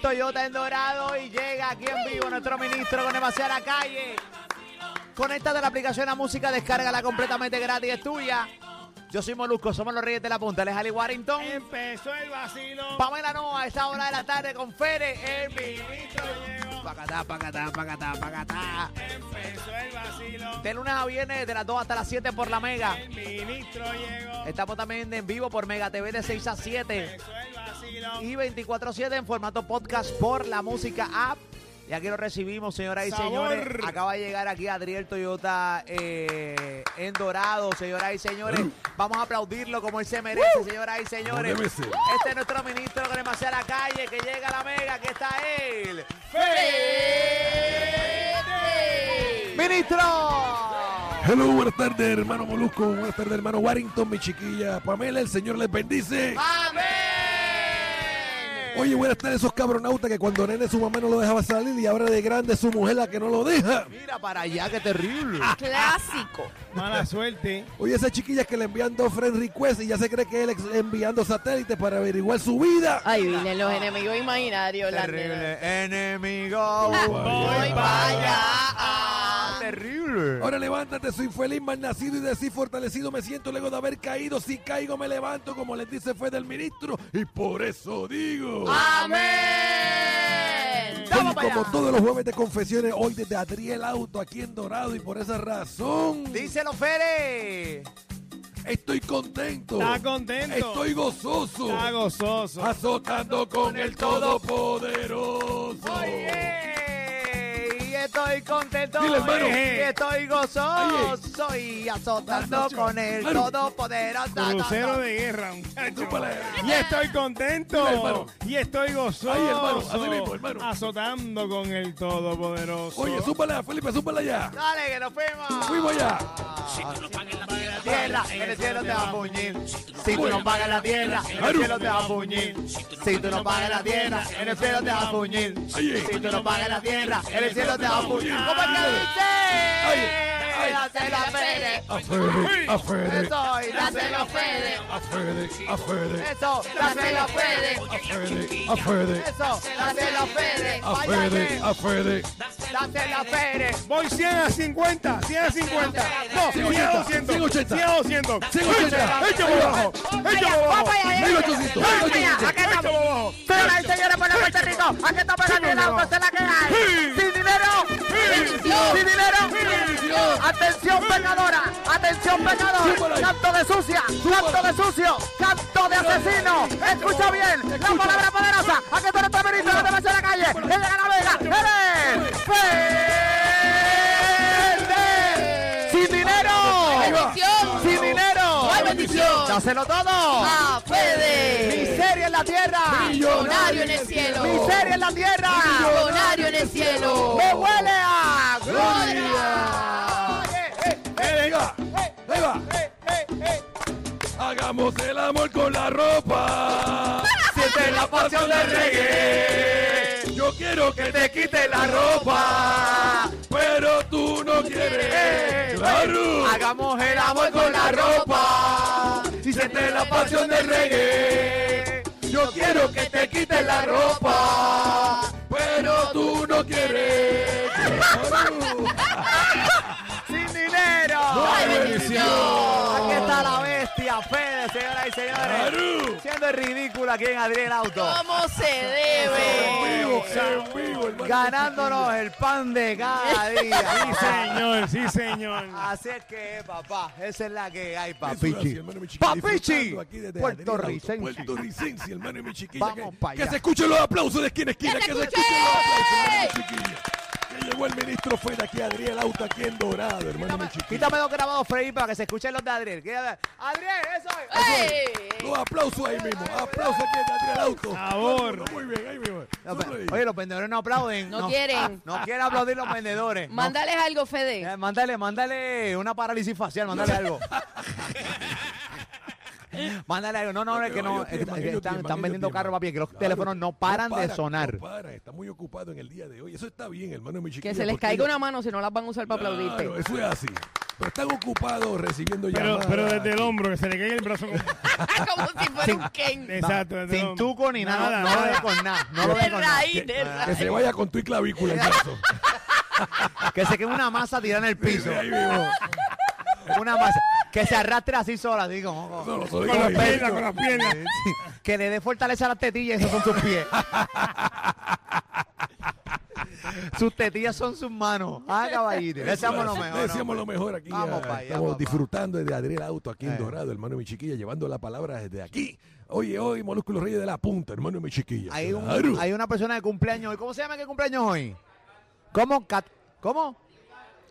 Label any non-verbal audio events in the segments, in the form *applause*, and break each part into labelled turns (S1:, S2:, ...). S1: Toyota en Dorado y llega aquí en vivo nuestro ministro con demasiada calle. Conéctate a la aplicación La Música, descárgala completamente gratis, es tuya. Yo soy Molusco, somos los Reyes de la Punta, él es Ali Warrington.
S2: Empezó el vacilo.
S1: Pamela Noa a esta hora de la tarde con Fere, el
S2: Ministro llegó.
S1: Pacatá, pacatá, pacatá, pacatá.
S2: Empezó el vacilo.
S1: De lunes a viernes, de las 2 hasta las 7 por la Mega.
S2: El ministro llegó.
S1: Estamos también en vivo por Mega TV de 6 a 7
S2: Empezó el vacilo.
S1: y 24-7 en formato podcast por la música app. Y aquí lo recibimos, señoras y
S2: Sabor.
S1: señores. Acaba de llegar aquí Adriel Toyota eh, en Dorado, señoras y señores. Vamos a aplaudirlo como él se merece, señoras y señores.
S3: Mm. Como debe ser.
S1: Este es nuestro ministro con demasiada la calle, que llega a la mega, que está él. ¡Ministro!
S3: Hello, buenas tardes, hermano Molusco. Buenas tardes, hermano Warrington, mi chiquilla Pamela. El Señor les bendice.
S1: ¡Amén!
S3: Oye, buenas tardes, esos cabronautas que cuando nene su mamá no lo dejaba salir y ahora de grande es su mujer la que no lo deja.
S1: Mira para allá, qué terrible.
S4: Clásico.
S2: Mala suerte.
S3: Oye, esas chiquillas que le envían dos friend requests y ya se cree que él ex- enviando satélites para averiguar su vida.
S4: Ay, vienen los enemigos imaginarios. las nenas.
S1: enemigo.
S4: Voy para
S1: Ah.
S4: allá.
S1: Terrible.
S3: Ahora levántate, soy feliz, mal nacido y de sí fortalecido me siento luego de haber caído. Si caigo, me levanto, como les dice fue del ministro. Y por eso digo.
S4: Amén.
S3: Oye,
S1: Vamos para
S3: como
S1: allá.
S3: todos los jueves de confesiones, hoy desde Adriel Auto aquí en Dorado y por esa razón
S1: Díselo, Fere.
S3: estoy contento.
S2: Está contento.
S3: Estoy gozoso.
S2: Está gozoso.
S3: Ah, Azotando con el Todopoderoso.
S1: Oye. Y estoy contento. eh.
S3: Dile, hermano.
S1: Y estoy gozoso. Y azotando
S3: Nacho.
S1: con el Ah,
S3: Claro.
S1: todopoderoso.
S2: Crucero de guerra, muchacho.
S3: Tú para-
S2: Y estoy contento.
S3: Mira, hermano.
S2: Y estoy gozoso.
S3: Ahí, hermano, así mismo, hermano.
S2: Azotando con el Todopoderoso.
S3: Oye, súbala, Felipe, súbala ya.
S1: Dale, que nos fuimos.
S3: Fuimos allá.
S1: la tierra, en el cielo te va a puñir. Si tú no pagas la tierra, en el cielo te va a puñir. Si tú no pagas la tierra, en el cielo te va a puñir. Si tú no pagas la tierra, en el cielo te va a puñir. ¿Cómo es que
S3: Ay, ay.
S1: dice? Dáselo a Fede.
S3: A Fede, a Fede,
S1: Eso, y dáselo a
S4: Dáselo,
S1: Fede.
S4: Fede.
S3: a Fede, a Fede,
S1: Eso, dáselo a Fede.
S3: a Fede, a Fede,
S1: Eso, dáselo a Fede.
S3: a
S1: Váyate,
S3: Fede, a Fede.
S1: dáselo a Fede.
S2: Voy 100 a 50, 100 a 50, no, 100 a 200,
S3: 180,
S2: 100 a 200,
S3: 180,
S2: échame abajo, échame abajo,
S3: Mil ochocientos, mil ochocientos.
S2: échame abajo.
S5: señores por Puerto Rico, aquí estamos en el auto, se la que hay. Sin dinero, sin dinero. Atención pecadora, atención pecador. Canto de sucia, canto de sucio, canto de asesino. Escucha bien, la palabra poderosa. Aquí está nuestro ministro de la calle. Ella la vega, eres Fernández. Sin dinero,
S4: Bendición.
S5: sin dinero.
S4: ¡Ay, bendición!
S1: Dáselo todo.
S4: ¡Ah, Fede!
S1: Miseria en la tierra.
S4: Millonario en el cielo.
S1: Miseria en la tierra.
S4: Millonario en el cielo.
S1: ¡Me huele a gloria!
S4: gloria!
S3: Venga, venga. Hagamos el amor con la ropa.
S1: Siente la pasión del reggae.
S3: Yo quiero que te
S1: quite la ropa.
S3: pero tú no quieres. Claro.
S1: Hagamos el amor con la ropa.
S3: Y siente la pasión del reggae. Yo quiero que te quite la ropa, pero tú no quieres. Claro.
S1: Sin dinero.
S3: ¡Ay, bendición!
S1: Aquí está la bestia, Fede, señoras y señores.
S3: Claro.
S1: Siendo el ridículo aquí en Adriel Auto.
S4: ¿Cómo se debe?
S3: En vivo, en vivo, hermano.
S1: Ganándonos el pan de
S4: *laughs*
S1: cada
S2: Sí,
S1: día.
S2: señor, sí, señor.
S1: Así es que, papá, esa es la que hay,
S3: Eso es así,
S1: papichi.
S3: hermano, mi chiquilla,
S1: Papichi,
S3: disfrutando aquí desde
S1: puertorricense.
S3: Adriel Auto, Puertorricense, hermano y mi chiquilla.
S1: Vamos
S3: que,
S1: pa' allá.
S3: que se escuchen los aplausos de esquina a esquina.
S4: ¡Que
S3: Que,
S4: se
S3: se escuchen los aplausos, hermano y mi chiquilla. Que llegó el ministro Fede aquí, Adriel Auto, aquí en Dorado, hermano y mi chiquilla.
S1: Quítame los grabados, Freddy, para que se escuchen los de Adriel. Quédate. Adriel, eso es.
S4: ¡Ey!
S3: Los aplausos ahí mismo. Aplausos aquí en Adriel Auto.
S2: Sabor.
S3: Muy bien, ahí mismo.
S1: No, pero-
S3: Sonreí.
S1: oye, los vendedores no aplauden. Ah,
S4: No quieren.
S1: No quieren aplaudir los vendedores. No.
S4: Mándales algo, Fede.
S1: Eh, mándale, mándale una parálisis facial, mándale
S4: *laughs*
S1: algo. mándale algo. No, no, es que no.
S3: Ellos
S1: es que-
S3: tienen,
S1: es que
S3: ellos
S1: están,
S3: tienen,
S1: están
S3: ellos
S1: vendiendo
S3: tienen.
S1: carros, papi, que los
S3: Claro,
S1: teléfonos no paran de
S3: paran,
S1: sonar.
S3: No paran, está muy ocupado en el día de hoy. Eso está bien, hermano mi chiquilla.
S4: Que se les
S3: porque
S4: caiga
S3: ellos-
S4: una mano si no las van a usar para
S3: Claro,
S4: aplaudirte.
S3: Eso es así. Pero están ocupados recibiendo
S2: Pero,
S3: llamadas.
S2: pero desde el hombro, que se le caiga el brazo. como-
S4: *laughs* Como si fuera un Ken.
S2: Exacto. desde el
S1: Sin
S2: hombro.
S1: tuco ni nada, no lo ve con nada. No ah, lo ve
S4: De
S1: con nada.
S4: raíz, de
S3: Que se
S4: raíz.
S3: vaya con tu y clavícula el brazo.
S1: Que se quede una masa tirada en el
S3: *laughs*
S1: piso.
S3: Ahí mismo.
S1: Una masa. Que se arrastre así sola, digo. oh,
S3: No,
S1: oh.
S3: no, solo
S2: Con las
S3: digo,
S2: piernas, con las piernas.
S1: Sí, Que le dé fortaleza a las tetillas, esos son sus pies. sus tetillas son sus manos. Ah, caballito. Deseamos lo mejor.
S3: Deseamos lo mejor aquí.
S1: Vamos
S3: ya.
S1: pa' allá,
S3: Estamos
S1: papá.
S3: disfrutando de Adriel Auto aquí en
S1: Eh.
S3: Dorado, hermano de mi chiquilla, llevando la palabra desde aquí. Oye, hoy, Monúsculo Reyes de la Punta, hermano de mi chiquilla.
S1: Hay, un-
S3: Claro.
S1: hay una persona de cumpleaños hoy. ¿Cómo se llama que cumpleaños hoy? ¿Cómo? Cat- ¿Cómo?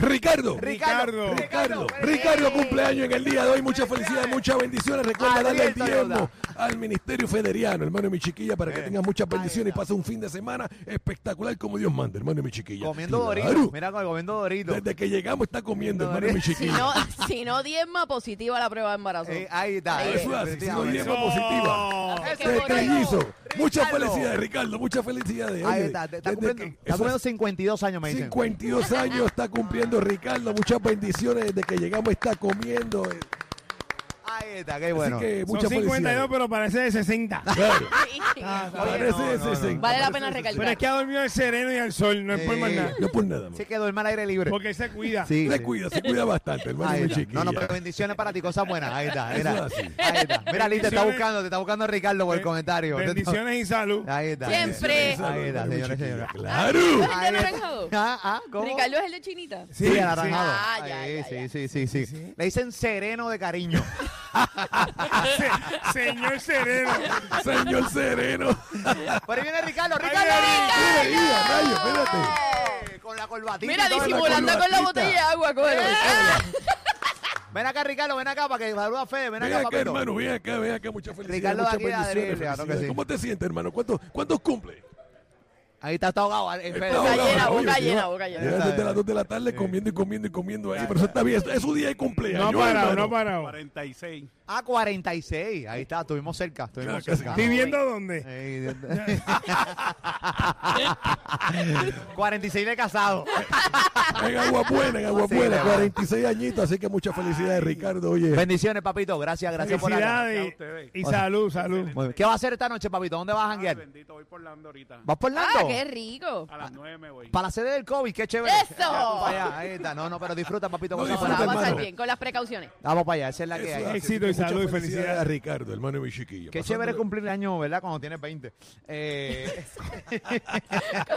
S3: Ricardo.
S1: Ricardo.
S2: Ricardo.
S3: Ricardo, Ricardo cumpleaños en el día de hoy, mucha felicidad, muchas bendiciones. Recuerda darle el
S1: Adriel Toyoda.
S3: tiempo al Ministerio Federiano, hermano de mi chiquilla, para
S1: Eh,
S3: que tengas muchas bendiciones y pase un fin de semana espectacular como Dios manda, hermano de mi chiquilla.
S1: Comiendo
S3: Claro.
S1: doritos. Mira, comiendo doritos.
S3: Desde que llegamos está comiendo, hermano de mi
S4: Si
S3: chiquilla.
S4: no, si no diezma, positiva la prueba de embarazo.
S1: Eh, ahí está.
S4: Ahí
S1: eh,
S3: Eso es así, si no
S1: efectivamente.
S3: lleva positiva.
S4: Así que
S3: Desde
S4: bonito.
S3: Callizo. Muchas
S1: Ricardo.
S3: felicidades, Ricardo. Muchas felicidades.
S1: Ahí
S3: Oye,
S1: está. te- Está
S3: desde
S1: cumpliendo,
S3: que-
S1: está
S3: eso
S1: cumpliendo
S3: es
S1: 52 años, me dicen.
S3: 52 años está cumpliendo Ricardo. Muchas bendiciones desde que llegamos está comiendo. eh.
S1: Ahí está, qué bueno.
S3: Así que
S2: Son
S3: muchas
S2: 52,
S3: felicidades.
S2: pero parece de 60.
S1: Ah,
S3: Claro.
S4: Sí.
S1: Oye,
S3: Parece
S1: Ah, no, no, no.
S3: 60,
S4: Vale la
S3: parece
S4: pena
S3: 60.
S2: Pero es que ha dormido al sereno y al sol, no es por más
S1: Sí.
S2: nada.
S3: No por nada.
S1: Sí que duerme al aire libre.
S2: Porque él se cuida.
S1: Sí,
S3: Se
S1: sí.
S3: cuida, se cuida bastante, hermano.
S1: Ahí
S3: mi
S1: está.
S3: chiquilla.
S1: No, no, pero bendiciones para ti, cosas buenas. Ahí está,
S3: Eso
S1: mira.
S3: es así.
S1: Ahí está. Mira, Liz, te está
S2: Bendiciones.
S1: buscando, te está buscando Ricardo por el comentario. Te está-
S2: Bendiciones y salud.
S1: Ahí está.
S4: Siempre.
S1: Ahí está,
S3: Hermano, mi
S1: señores,
S3: chiquilla.
S1: señores.
S3: Claro.
S4: ¿Es el de anaranjado?
S1: Ah, ah, ¿cómo?
S4: Ricardo es el de chinita.
S1: Sí,
S2: Sí,
S1: anaranjado.
S4: sí. Ah, ya,
S1: Ahí,
S4: ya,
S1: sí,
S4: ya.
S1: sí, sí, sí. Le dicen sereno de cariño.
S2: *laughs* Se- señor sereno.
S3: Señor Sereno.
S1: Por ahí viene Ricardo, Ricardo.
S3: Mira, mira, rayo, espérate.
S1: Eh, Con la corbatita. y
S4: Mira,
S1: todo, la
S4: disimulando
S1: corbatita.
S4: con la
S3: colbatita.
S4: botella de agua, cógelo.
S1: Ven acá, Ricardo, ven acá para que saluda a Fede. Ven
S3: Ven
S1: acá,
S3: acá,
S1: papito.
S3: hermano, ven acá, ven acá, muchas felicidades.
S1: Ricardo de
S3: muchas
S1: aquí de Adriel,
S3: bendiciones.
S1: claro que
S3: felicidades.
S1: sí.
S3: ¿Cómo te sientes, hermano? ¿Cuántos, cuántos cumple?
S1: Ahí está, está ahogado. el Fede.
S4: Boca
S3: Ahogado,
S4: llena,
S3: oye, lleva-
S4: boca llena, boca llena.
S3: lleva Desde las 2 de la tarde comiendo y comiendo y comiendo ahí, pero eso está bien, es- es su día de cumpleaños.
S2: No ha parado,
S3: hermano.
S2: no ha parado.
S6: 46.
S1: A 46. Ahí está, estuvimos cerca,
S3: Claro
S1: estuvimos
S3: que sí.
S1: cerca.
S2: ¿Estoy viendo dónde?
S1: Ey, Dios- *laughs* 46 de casado.
S3: En Aguabuena, en Aguabuena,
S1: Sí,
S3: 46 añitos, así que muchas felicidades, Ricardo. Oye,
S1: Bendiciones, papito. Gracias, gracias por acá.
S2: Felicidades
S6: ustedes.
S2: y salud, salud.
S1: Muy bien. ¿Qué va a hacer esta noche, papito? ¿Dónde vas a
S6: Ay,
S3: Ah,
S1: janguear?
S6: bendito, voy por Lando ahorita.
S1: ¿Vas por
S4: Ah,
S1: Lando?
S4: qué rico.
S6: A las 9 me voy.
S1: Para la sede del COVID, qué chévere.
S4: ¡Eso!
S1: Ya, tú para allá. Ahí está. No, no, pero disfruta, papito.
S3: No,
S1: que vamos
S4: Bueno,
S1: para allá.
S3: disfruta,
S4: la va a pasar
S3: hermano.
S4: bien, con las
S3: *laughs*
S4: precauciones.
S1: Vamos para allá, esa es la que
S3: eso
S1: hay.
S3: hace,
S2: Éxito y
S3: así que muchas
S2: salud y
S3: a
S2: felicidades.
S3: Ricardo, hermano de mi chiquillo.
S1: Qué
S3: Pasándolo-
S1: chévere cumplir el año, ¿verdad? Cuando tienes 20. Eh,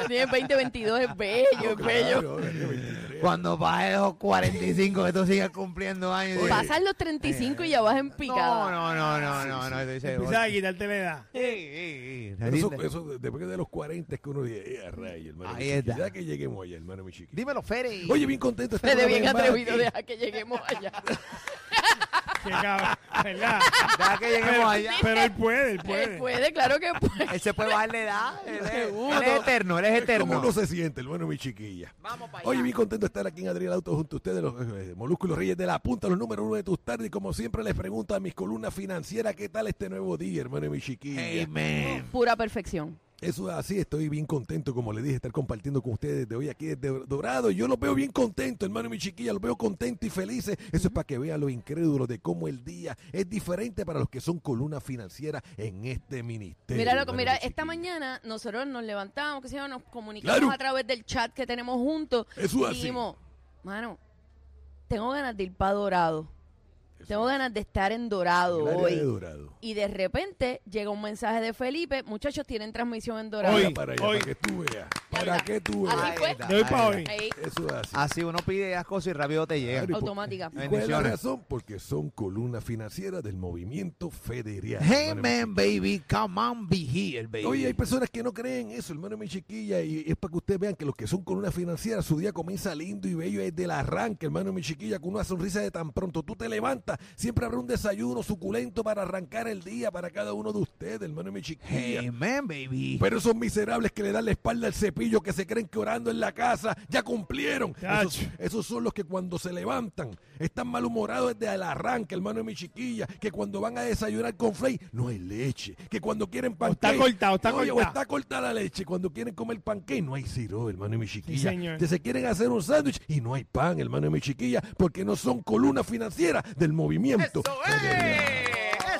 S4: Cuando tienes 2022 es bello, es bello.
S3: Claro, oye, 23.
S1: cuando pases los 45, que tú sigas cumpliendo años.
S3: Oye.
S1: dices,
S4: Pasan los 35 y ya vas en
S1: No,
S4: picada.
S1: no, no, no, no, no. dices,
S2: Empieza a quitarte la edad.
S1: Ey, ey, ey.
S3: Eso, eso de- después de los 40 es que uno dice, eh, a rayo, hermano.
S1: Ahí
S3: mi chiquilla,
S1: está.
S3: Ya que lleguemos allá, hermano mi chiquillo.
S1: Dímelo, Fere.
S3: Oye, bien contento. estar
S4: Desde
S3: una
S4: bien
S3: vez más
S4: atrevido,
S3: aquí.
S4: deja que lleguemos
S3: *laughs*
S4: allá.
S2: *laughs* Qué cabrón, ¿verdad?
S1: ya que
S2: Pero,
S1: lleguemos allá.
S2: pero él puede, él
S4: Él
S2: puede.
S4: puede, claro que puede.
S1: Él se puede bajar de edad. Él es,
S3: Seguro.
S1: él es eterno, él es
S3: Es como
S1: eterno.
S3: uno se siente, hermano mi chiquilla. Oye, bien contento de estar aquí en Adriel Auto junto a ustedes, los eh, molúsculos reyes de la punta, los números uno de tus tardes. Y como siempre les pregunto a mis columnas financieras, ¿qué tal este nuevo día, hermano mi chiquilla? Eh.
S1: Amen.
S4: Pura perfección.
S3: Eso es así, estoy bien contento, como le dije, estar compartiendo con ustedes desde hoy aquí desde Dorado. Yo los veo bien contentos, hermano y mi chiquilla, los veo contentos y felices. Eso es para que vean lo incrédulo de cómo el día es diferente para los que son columnas financieras en este ministerio.
S4: Mira, loco,
S3: hermano y
S4: mira,
S3: mi chiquilla.
S4: esta mañana nosotros nos levantamos, que se nos comunicamos
S3: Claro.
S4: a través del chat que tenemos juntos.
S3: Eso
S4: y
S3: es así.
S4: dijimos, mano, tengo ganas de ir para Dorado. Tengo ganas de estar en Dorado
S3: El área de
S4: hoy.
S3: Dorado.
S4: Y de repente llega un mensaje de Felipe, muchachos, tienen transmisión en Dorado.
S2: Hoy,
S3: Mira para allá,
S2: hoy.
S3: para que tú veas. Para
S4: Hola.
S3: que tú
S4: Así
S3: veas.
S4: fue.
S1: está,
S2: De hoy para
S1: ahí
S2: hoy.
S1: está.
S4: Ey,
S3: Eso es así.
S1: Así uno pide las cosas y rápido te
S3: Claro, y
S1: llega.
S3: por-
S4: automática.
S3: ¿Y cuál es la
S1: Bendiciones.
S3: razón? Porque son columnas financieras del movimiento federal.
S1: Hey
S3: hermano
S1: man, baby, come on, be here, baby.
S3: Oye, hay personas que no creen eso, hermano, mi chiquilla, y es para que ustedes vean que los que son con una financiera, su día comienza lindo y bello desde el arranque, hermano, mi chiquilla, con una sonrisa de tan pronto. Tú te levantas, siempre habrá un desayuno suculento para arrancar el día para cada uno de ustedes, hermano, mi chiquilla.
S1: hey man, baby.
S3: Pero esos miserables que le dan la espalda al cepillo morrillos que se creen que orando en la casa ya cumplieron. Esos,
S2: Chacho.
S3: esos son los que cuando se levantan están malhumorados desde el arranque, hermano de mi chiquilla, que cuando van a desayunar con Flay no hay leche, que cuando quieren panqueque...
S2: cortado, está
S3: Oye, o
S2: cortado.
S3: está cortada la leche, cuando quieren comer panqueque no hay siro, hermano de mi chiquilla.
S2: señor.
S3: que se quieren hacer un sándwich y no hay pan, hermano de mi chiquilla, porque no son columna financiera del movimiento.
S1: ¡Eso es!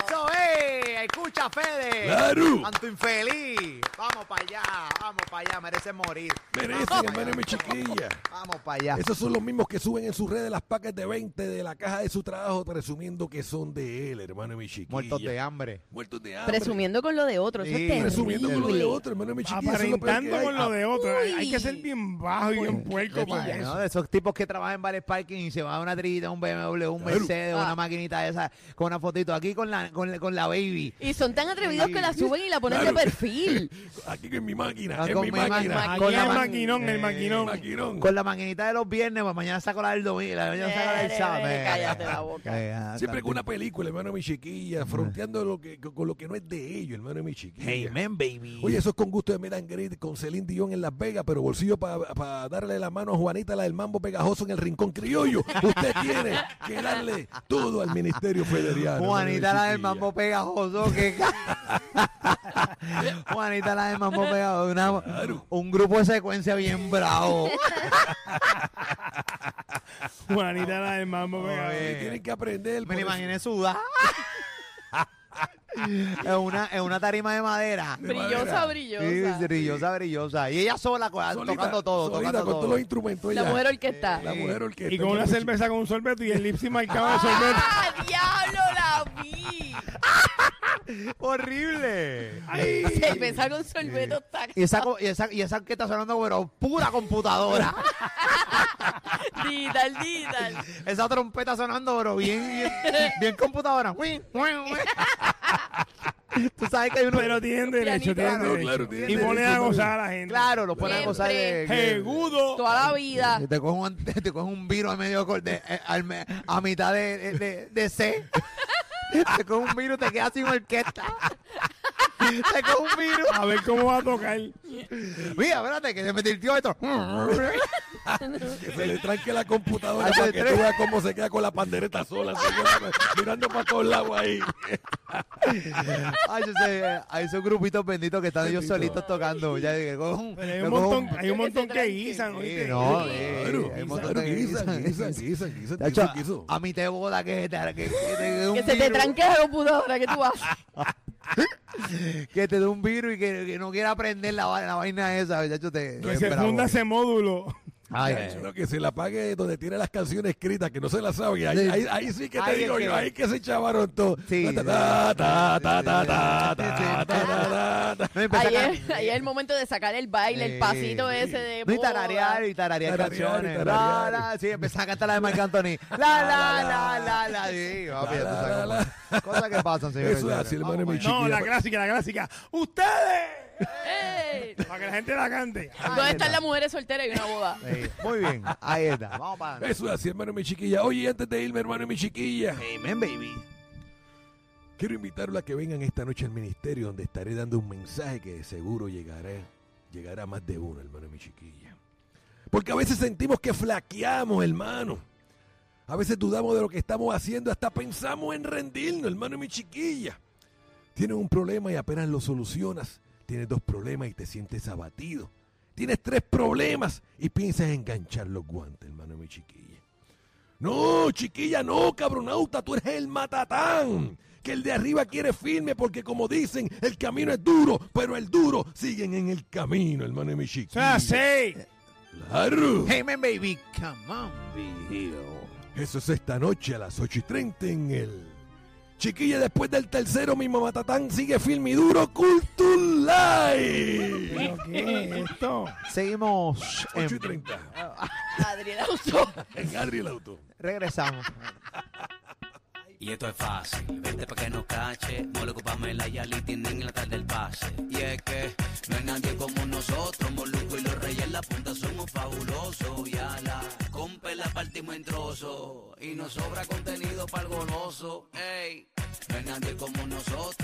S1: ¡Eso es! ¡Escucha, Fede!
S3: ¡Claro!
S1: ¡Tanto infeliz! ¡Vamos para allá! ¡Vamos para allá! ¡Mereces morir!
S3: Merecen,
S1: Vamos para
S3: hermano de mi
S1: allá.
S3: chiquilla.
S1: ¡Vamos para allá!
S3: Esos son los mismos que suben en sus redes las pacas de 20 de la caja de su trabajo, presumiendo que son de él, hermano de mi chiquilla.
S1: Muertos de hambre.
S3: Muertos de hambre.
S4: Presumiendo con lo de otro. Eso
S1: Sí,
S4: es
S3: Presumiendo con lo de
S4: terrible.
S3: otro, hermano de mi chiquilla. eso es lo peor que
S2: Aparentando
S3: hay. Ah,
S2: con lo de otro. Hay- Hay que
S4: Uy.
S2: ser bien bajo y
S1: *laughs*
S2: bien puerco para
S1: Detalle, ¿no?
S2: eso.
S1: De esos tipos que trabajan en varios parking y se van a una trillita, un BMW, un
S3: Claro.
S1: Mercedes,
S4: Ah.
S1: una maquinita de esa, con una fotito aquí con la, con, la- con la baby.
S4: Y son tan atrevidos que la suben y la ponen
S3: Claro.
S4: de perfil.
S3: Aquí en mi máquina,
S1: Ah,
S3: en
S1: con
S3: mi
S1: mi ma-
S3: máquina.
S2: Aquí
S1: con la
S2: el
S1: ma-
S2: maquinón, el
S1: eh,
S2: maquinón.
S3: Maquinón.
S1: Con la maquinita de los viernes, pues mañana saco la del domingo, la mañana saco la del
S4: Vere,
S1: sábado.
S4: vere,
S1: Eh,
S4: cállate la boca.
S1: calla,
S3: Siempre
S1: tanto-
S3: con una película, hermano de mi
S1: Ah.
S3: chiquilla, fronteando lo que, con lo que no es de ellos, hermano de mi chiquilla.
S1: Hey, man, baby.
S3: Oye, eso es con gusto de Medan Grid, con Celine Dion en Las Vegas, pero bolsillo para darle la mano a Juanita, la del mambo pegajoso en el rincón criollo. Usted tiene que darle todo al Ministerio Federal.
S1: Juanita la del mambo pegajoso que *laughs* Juanita la del mambo pegajoso una- un grupo de secuencia bien
S3: *laughs*
S1: bravo
S2: Juanita la del mambo. venga.
S1: Oye.
S3: Tienen que aprender.
S1: me
S3: por
S1: la
S3: eso.
S1: imaginé sudar *laughs* en una, en una tarima de madera
S4: Brillosa,
S1: Sí,
S4: brillosa.
S1: brillosa brillosa y ella sola, co-
S3: Solita,
S1: tocando todo
S3: solita,
S1: tocando
S3: con
S1: todo
S3: todos los instrumentos.
S4: La
S3: ella.
S4: mujer orquesta.
S3: La mujer orquesta.
S2: Y con una
S3: Hermano de mi
S2: cerveza con un sorbeto y el lipsy marcado de sorbeto. *laughs*
S4: ¡Ah, diablo, la vi!
S1: horrible
S2: Ay.
S4: Cerveza con sorbeto está
S1: y esa, co- y esa y esa que está sonando pero pura
S2: *laughs*
S1: computadora
S4: Didal, didal.
S1: Esa trompeta sonando, bro, bien, bien, bien computadora. Uy, uy, uy. Tú sabes que hay uno.
S2: Pero tienen derecho, tienen
S4: Pianito.
S2: derecho.
S3: Claro, tienen
S2: y ponen
S3: derecho,
S2: a gozar a la gente.
S1: claro, lo ponen a gozar de. que-
S2: Segudo.
S4: Toda la vida.
S1: que Te cogen un, *laughs* te cogen un virus a medio cor- de- eh, al me- a mitad de, de, de- de C. *laughs* Te cogen un virus, te quedas sin orquesta. *laughs* Te cogen un virus.
S2: A ver cómo va a tocar.
S1: Mira, espérate, que se me tiltió esto.
S3: Que se le tranque la computadora
S1: Hace
S3: para que tú
S1: tres.
S3: veas cómo se queda con la pandereta sola, señora, mirando para todos lados ahí.
S1: *laughs* Ay, yo sé, hay esos grupitos benditos que están ellos
S3: Bendito.
S1: solitos tocando. Ya dije, cogen-
S2: Pero hay
S1: yo
S2: un
S1: cojo
S2: montón, hay un montón
S4: Que
S2: que
S4: se tranquen.
S2: guisan, ¿oíste?
S1: no, eh,
S3: Claro,
S1: hay un montón
S3: claro,
S1: de
S3: guisan,
S1: guisan,
S3: guisan, guisan, guisan,
S1: De hecho,
S3: guisan, guisan.
S1: a, a mí te boda que se te, que, que te dé un
S4: Que se te
S1: virus,
S4: tranque la computadora que tú vas.
S1: que te dé un virus y que, que no quiera aprender la, va- la vaina esa, muchacho, te
S2: Que
S1: es
S2: se
S1: bravo.
S2: funda ese módulo.
S1: Ay, ay.
S3: Pero que se la pague donde tiene las canciones escritas, que no se las sabe. Ahí,
S1: Sí.
S3: ahí, ahí sí que te
S1: Ahí es
S3: digo
S1: que-
S3: yo, ahí que se chavaron todos.
S1: Sí.
S3: Ta, ta, ta, ta, ta, ta, ta,
S1: Sí, sí.
S3: ta, ta, ta, ta, ta.
S1: *laughs* No, empecé a
S4: Ayer,
S1: ca-
S4: ayer el momento de sacar el baile, el pasito
S1: Sí.
S4: ese de.
S1: No, y
S4: boda.
S1: tararear, y tararear
S3: Tararear, y
S1: canciones.
S3: tararear.
S1: La, la, sí, empecé a cantar la de Marc Anthony. La, la, la, la, la. Sí, papi, ya tú
S3: La,
S1: sabes
S3: la,
S1: cómo
S3: la.
S1: es. Cosas que pasan, señores.
S3: Eso es así,
S1: Vamos
S3: hermano,
S1: para
S3: mi
S1: allá.
S2: No,
S3: Chiquilla,
S2: la
S3: pa-
S2: clásica, la clásica. ¡Ustedes!
S4: ¡Ey!
S2: Para que la gente la cante.
S4: ¿Dónde están las mujeres solteras y una boda?
S1: Sí, Muy bien, ahí está. Vamos para adelante.
S3: Eso es así, hermano, mi chiquilla. Oye, y antes de irme, hermano, mi chiquilla.
S1: Amen, baby.
S3: Quiero invitarlo a que vengan esta noche al ministerio donde estaré dando un mensaje que de seguro llegará, llegará a más de uno, hermano mi chiquilla. Porque a veces sentimos que flaqueamos, hermano. A veces dudamos de lo que estamos haciendo, hasta pensamos en rendirnos, hermano mi chiquilla. Tienes un problema y apenas lo solucionas. Tienes dos problemas y te sientes abatido. Tienes tres problemas y piensas en enganchar los guantes, hermano mi chiquilla. No, chiquilla, no, cabronauta, tú eres el matatán. Que el de arriba quiere firme porque como dicen, el camino es duro, pero el duro siguen en el camino, hermano de mi
S2: Eso es
S3: chiquilla.
S1: Mm.
S2: así.
S3: Claro.
S1: Amen, baby. Come on, baby.
S3: Eso es esta noche a las 8 y 30 en el... Chiquilla, después del tercero, mi matatán sigue firme y duro, Culture Live.
S2: ¿Pero qué es esto?
S1: Seguimos
S3: 8 y
S1: en
S3: 30,
S4: Adriana usó.
S3: en Adri el Auto.
S1: Regresamos.
S7: Y esto es fácil, vente pa' que no cache. Moluco, Pamela y Ali tienen la tarde del pase. Y es que no hay nadie como nosotros. Moluco y los reyes en la punta somos fabulosos. Y a la compa la partimos en trozos. Y nos sobra contenido para el goloso. Ey, no hay nadie como nosotros.